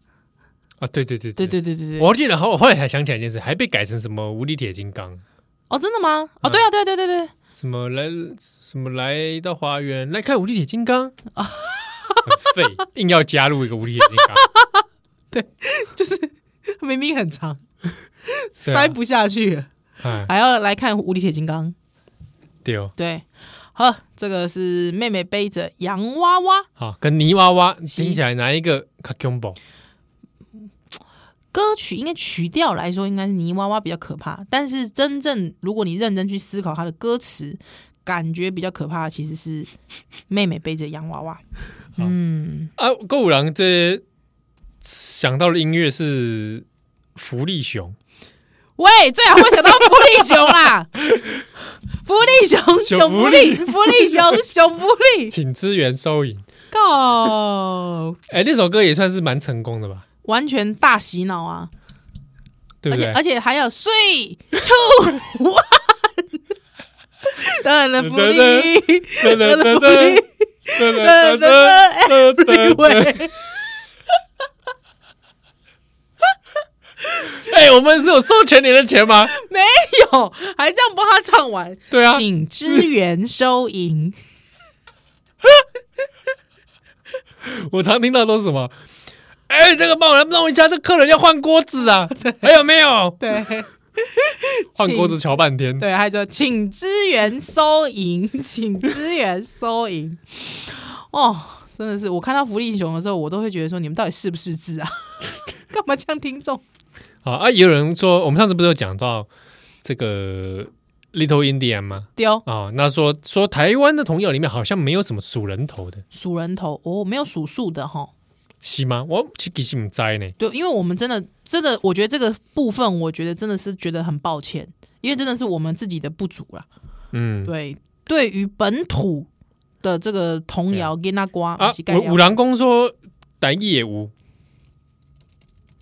啊，对对对对对对对对。我记得后后来才想起来一件事，还被改成什么无敌铁金刚，哦，真的吗？哦，嗯对啊，对啊对对对，什么来什么来到花园来看无敌铁金刚啊，很废，硬要加入一个无敌铁金刚， 明明很长，对啊塞不下去了，哎，还要来看《无敌铁金刚》。对哦，对，好，这个是妹妹背着洋娃娃，好，跟泥娃娃听起来哪一个卡 combo？歌曲应该曲调来说，应该是泥娃娃比较可怕，但是真正如果你认真去思考它的歌词，感觉比较可怕的其实是 妹妹背着洋娃娃。嗯，啊，歌舞郎这想到的音乐是福利熊，喂，最好会想到福利熊 啦，福利熊，熊福利，福利 熊，熊福利，请支援收银。靠，哎，那首歌也算是蛮成功的吧，完全大洗脑啊！对不对？而且而且还有 three two one，当然了，福利，噔噔噔噔噔噔噔噔噔噔！对，哎，我们是有收全年的钱吗？没有，还这样帮他唱完，对啊， 请支援收银，我常听到都是什么？哎，这个帮我来弄一下，这客人要换锅子啊！还有没有对换锅子？瞧半天？对，还说请支援收银， 请支援收银。哦，真的是，我看到福利熊的时候，我都会觉得说，你们到底是不是字啊？ 干嘛呛听众？好啊，也有人说，我们上次不是有讲到这个 Little Indian 吗？丢啊，那说说台湾的童谣里面好像没有什么数人头的，数人头哦，没有数数的哈。是吗？我其实不知呢。对，因为我们真的真的，我觉得这个部分，我觉得真的是觉得很抱歉，因为真的是我们自己的不足啦。嗯，对，对于本土的这个童谣跟那瓜啊，五五郎公说台语也无，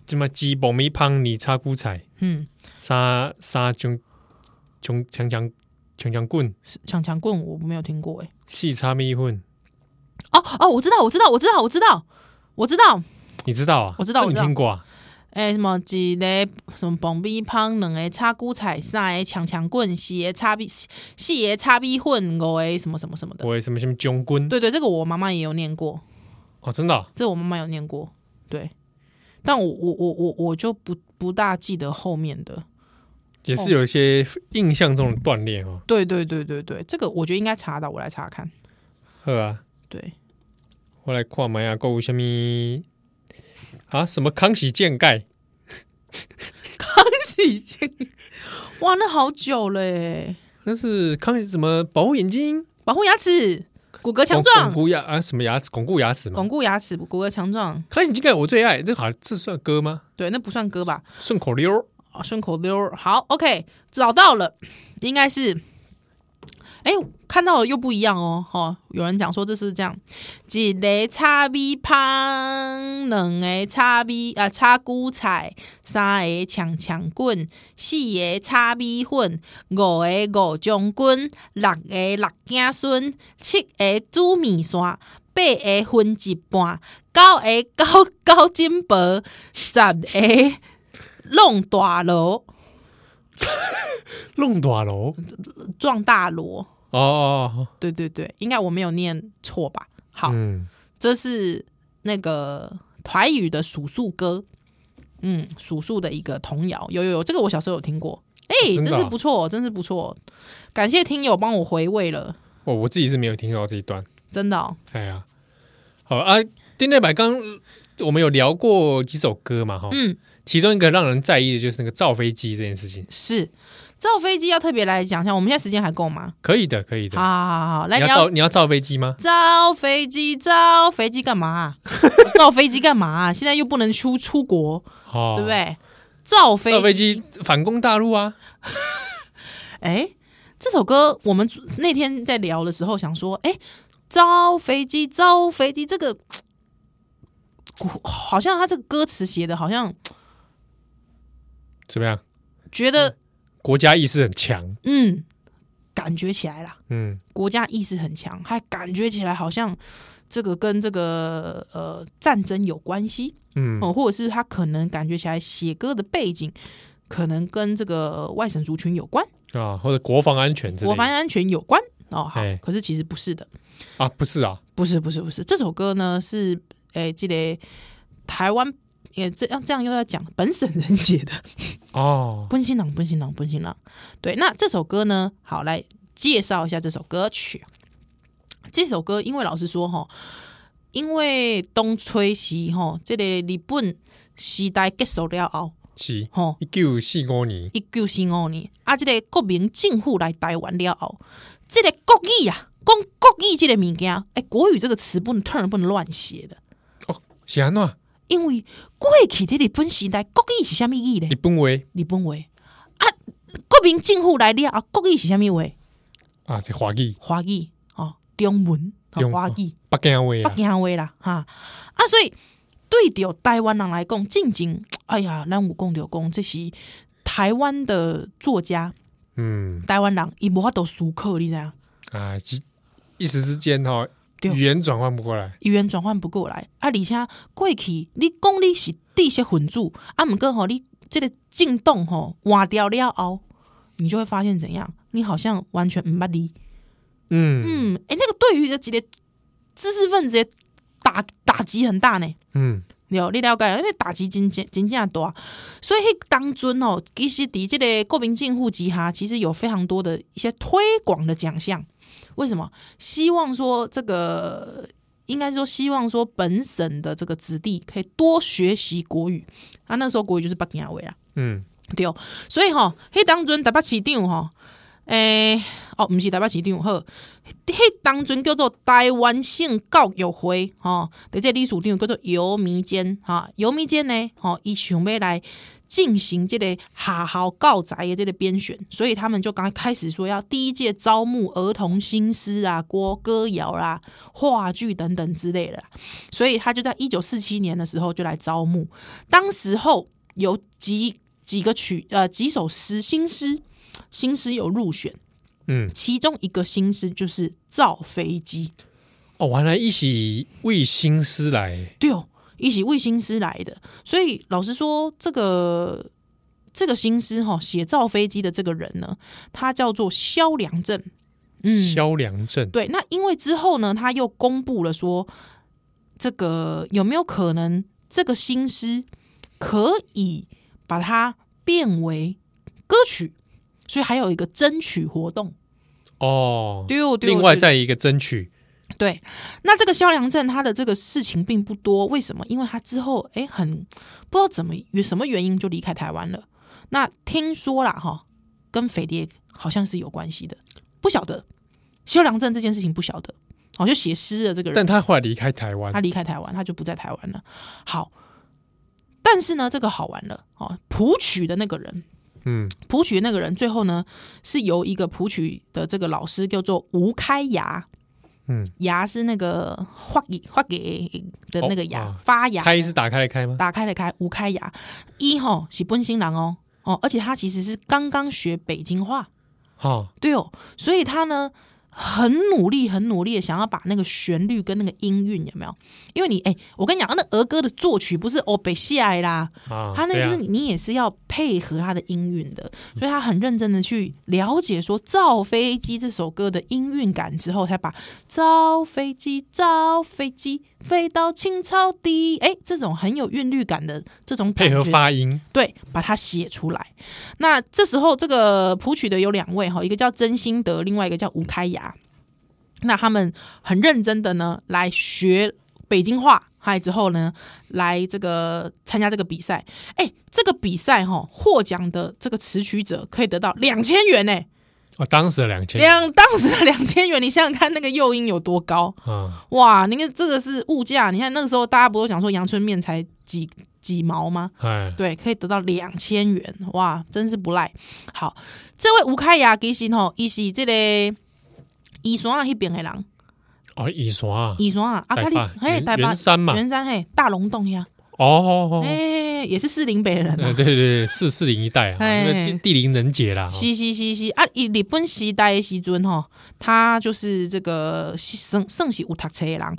什么鸡爆米香泥叉菇菜，嗯，杀杀穷穷强强强强棍，是抢抢棍我没有听过哎、细叉米混，哦哦，我知道，我知道，我知道，我知道，我知道，你知道啊？我知道这我你知道听过啊？哎、什么几个什么蹦逼胖，两个叉骨彩，三个抢抢棍，四个叉逼，四四个叉逼混，五个什么什么什么的。我什么什么穷棍对对，这个我妈妈也有念过。哦，真的啊这我妈妈有念过，对，但我我我我我就不不大记得后面的。也是有一些印象中的断裂哦。对对对对对，这个我觉得应该查到，我来查看。好啊，对，我来看麦啊，购物什么啊？什么康熙健盖？康熙健，哇，那好久嘞！那是康熙什么保护眼睛？保护牙齿，骨骼强巩壮，固牙啊？什么牙齿？巩固牙齿嘛巩。固牙齿，骨骼强壮。康熙健盖我最爱，这好像这算歌吗？对，那不算歌吧？顺口溜儿啊，顺口溜儿。好，OK，找到了，应该是。哎，看到了又不一样哦，哦，有人讲说这是这样，一个叉米胖，两个叉米啊叉菇菜，三个强强棍，四个叉米粉，五个五将军，六个六子孙，七个煮面线，八个分一半，九 个九九金箔，十个。弄大楼，弄大楼撞大锣。哦哦，对对对，应该我没有念错吧？哦好，嗯，这是那个台语的数数歌，嗯，数数的一个童谣。有有有，这个我小时候有听过。哎、真真的啊是不错，真是不错，感谢听友帮我回味了，哦，我自己是没有听到这一段。真的、哦。哎呀，好啊，丁内百刚我们有聊过几首歌嘛哈，嗯，其中一个让人在意的就是那个造飞机这件事情。是造飞机要特别来讲一下，我们现在时间还够吗？可以的，可以好的。好好好，来你你要造要你要造飞机吗？造飞机，造飞机干嘛 啊、造飞机干嘛啊、现在又不能出出国，哦，对不？对？造飞造飞机反攻大陆啊！哎，这首歌我们那天在聊的时候想说，哎，招飞机，招飞机，这个好像他这个歌词写的，好像怎么样？觉得国家意识很强，嗯，感觉起来啦，嗯，国家意识很强，还感觉起来好像这个跟这个呃战争有关系嗯哦、或者是他可能感觉起来写歌的背景。可能跟这个外省族群有关，啊，或者国防安全之类国的防安全有关哦。好哎，可是其实不是的，啊，不是啊，不是不是不是，这首歌呢是诶、记得台湾也这样这样又要讲本省人写的《哦，奔新郎》，奔新郎，奔新郎。对，那这首歌呢，好来介绍一下这首歌曲。这首歌，因为老实说哈，因为东吹西吼，这个日本时代结束了后，是吼一九四五年，一九四五年啊，这个国民政府来台湾了后，这个国语啊，讲国语这个物件，诶、国语这个词不能 turn 不能乱写的。是安怎？因为过去这日本时代国语是啥物语日咧？本话日本话啊，国民政府来了啊，国语是啥物话？啊，这华语，华语哦，中文哦，中华语，北京话北啊，京话啦哈啊，所以对着台湾人来讲，进前哎呀，咱有讲着讲，这是台湾的作家，嗯台湾人伊无法度思考，你知影？啊，一一时之间哈，对语言转换不过来，语言转换不过来啊，而且过去你讲你是知识分子，啊，毋过吼你即个进动吼换掉了后，你就会发现怎样，你好像完全毋捌你。嗯嗯，诶、那个对于这几个知识分子的打打击很大呢。嗯，了，你了解，那个打击真正真正大，所以迄哦当阵哦，其实伫即个国民政府之下，其实有非常多的一些推广的奖项。为什么？希望说这个，应该说希望说本省的这个子弟可以多学习国语啊。那时候国语就是北京话啦，嗯，对，所以吼、迄当阵台北市长吼、诶、哦，毋是台北市长，好，迄当阵叫做台湾性教育会，吼、伫这个理事长叫做游弥坚，哈、游弥坚呢，吼、伊想要来进行这个学校教材的这个编选，所以他们就刚开始说要第一届招募儿童新诗啊、国歌谣啦、话剧等等之类的啦，所以他就在一九四七年的时候就来招募，当时候有几几个曲呃几首诗新诗新诗有入选，嗯，其中一个新诗就是《造飞机》，哦，原来一起为新思来，对哦，一起为新诗来的。所以老实说，这个这个新诗哈、写造飞机的这个人呢，他叫做萧良正，嗯，萧良正，对。那因为之后呢，他又公布了说，这个有没有可能这个新诗可以把它变为歌曲？所以还有一个争取活动，哦，对哦，对哦另外对哦再一个争取，对，那这个萧良正他的这个事情并不多，为什么？因为他之后哎，很不知道怎么有什么原因就离开台湾了。那听说啦哈，跟匪谍好像是有关系的，不晓得萧良正这件事情不晓得，哦，就写诗的这个人，但他后来离开台湾他，离开台湾，他就不在台湾了。好，但是呢，这个好玩了哦，谱曲的那个人，嗯，谱曲的那个人最后呢，是由一个谱曲的这个老师叫做吴开牙，嗯，牙是那个发给发给的那个牙，哦啊发芽，开是打开来开吗？打开的开，吴开牙，一吼是本新郎哦哦，而且他其实是刚刚学北京话，哦，对哦，所以他呢很努力、很努力的想要把那个旋律跟那个音韵有没有？因为你哎、我跟你讲，那儿歌的作曲不是哦北西来啦，啊，他那对个啊嗯就是你也是要配合他的音韵的，所以他很认真的去了解说《造飞机》这首歌的音韵感之后，才把“造飞机，造飞机”飞到青草地，哎，这种很有韵律感的这种感配觉合发音，对，把它写出来。那这时候这个谱曲的有两位哈，一个叫真心德，另外一个叫吴开牙。那他们很认真的呢来学北京话，还之后呢来这个参加这个比赛。哎，这个比赛哈获奖的这个词曲者可以得到两千元呢，哦，当时的两千两当时的两千元，你想想看那个诱因有多高。啊，哇，那个这个是物价，你看那个时候大家不都讲说阳春面才几几毛吗？哎，对，可以得到两千元，哇，真是不赖。好，这位吴开牙其实吼，伊是这个宜山那边的人，哦，乙山啊，宜山啊，啊，台他北哩嘿，圆台北圆山嘛圆山嘿，大龙洞呀，哦哦，哦哎，也是士林北的人呃，啊。对对对，四四零一带啊，哎那地地灵人杰啦，哦是是是是啊！伊日本时代的时阵吼，他就是这个是算算是有读册的人。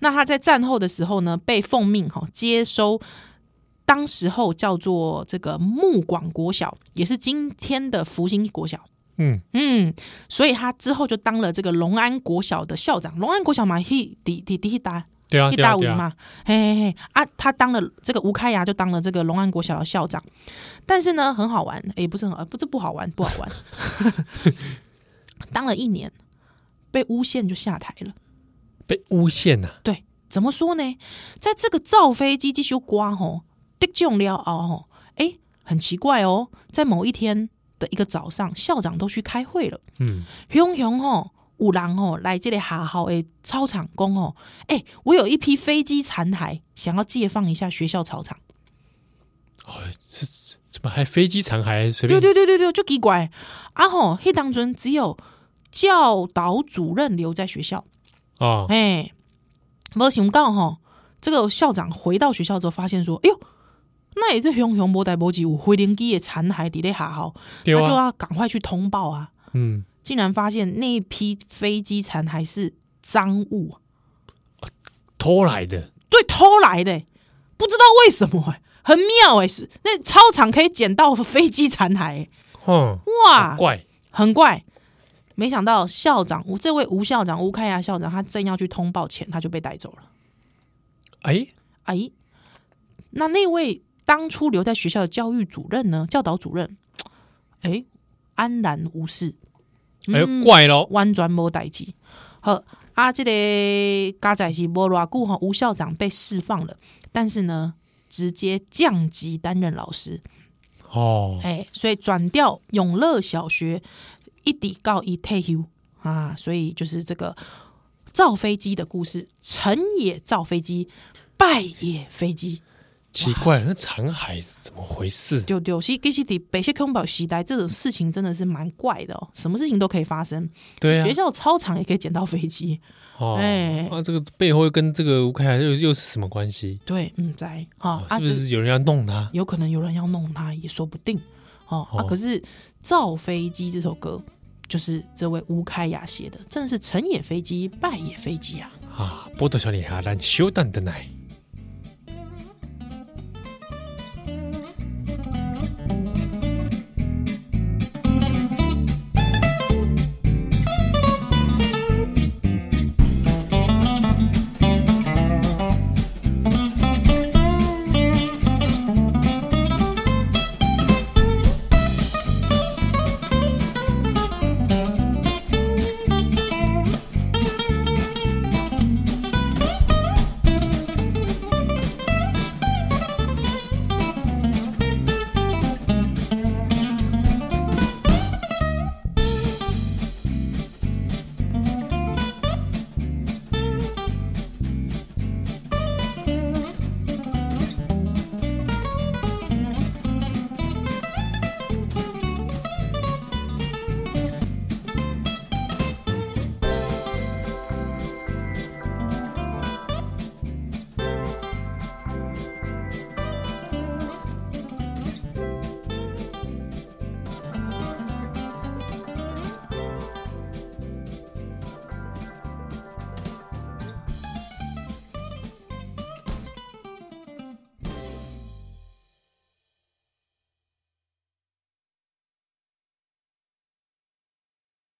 那他在战后的时候呢，被奉命吼接收当时候叫做这个木广国小，也是今天的福星国小。嗯，嗯，所以他之后就当了这个隆安国小的校长。隆安国小嘛，一底底底打对啊，一对啊，打五对啊，嘛，嘿嘿嘿啊，他当了这个吴开牙就当了这个隆安国小的校长。但是呢，很好玩，也、不是很好，不是不好玩，不好玩。当了一年，被诬陷就下台了。被诬陷啊呐，对，怎么说呢？在这个造飞机继续刮吼，得中了熬吼，哎，很奇怪哦，在某一天的一个早上，校长都去开会了。嗯，熊熊吼，有人吼来这个下校的操场讲吼，哎、我有一批飞机残骸，想要借放一下学校操场。怎么还飞机残骸随对便？对对对对，就奇怪。啊吼，迄当中只有教导主任留在学校。哦，哎、无想到吼，这个校长回到学校之后，发现说，哎呦，那也是熊熊无代无志有飞林机的残骸伫咧下校，他对就啊，要赶快去通报啊！嗯，竟然发现那一批飞机残骸是赃物啊、偷来的，对，偷来的欸、不知道为什么、欸，很妙哎、是那操场可以捡到飞机残骸欸、哼，哇，哦怪，很怪。没想到校长吴这位吴校长吴开亚校长，他正要去通报前，他就被带走了。哎，哎，那那位当初留在学校的教育主任呢？教导主任，哎，安然无事，嗯哎，怪喽，完全无代志。好啊，这个嘎仔是无偌久哈，吴校长被释放了，但是呢，直接降级担任老师，哦，哎、所以转调永乐小学，一底告一退休啊，所以就是这个造飞机的故事，成也造飞机，败也飞机。奇怪，那残骸是怎么回事？丢丢，其实其实伫北西空堡时代，这种事情真的是蛮怪的哦，什么事情都可以发生。对啊学，校操场也可以捡到飞机，哦，哎那这个背后跟这个吴开海又又是什么关系？对，嗯，在哈哦，啊，是不就是有人要弄他？有可能有人要弄他，也说不定哦啊。哦可是《造飞机》这首歌就是这位吴开雅写的，真的是成也飞机，败也飞机啊。啊，波多小女孩，让你休蛋的奶。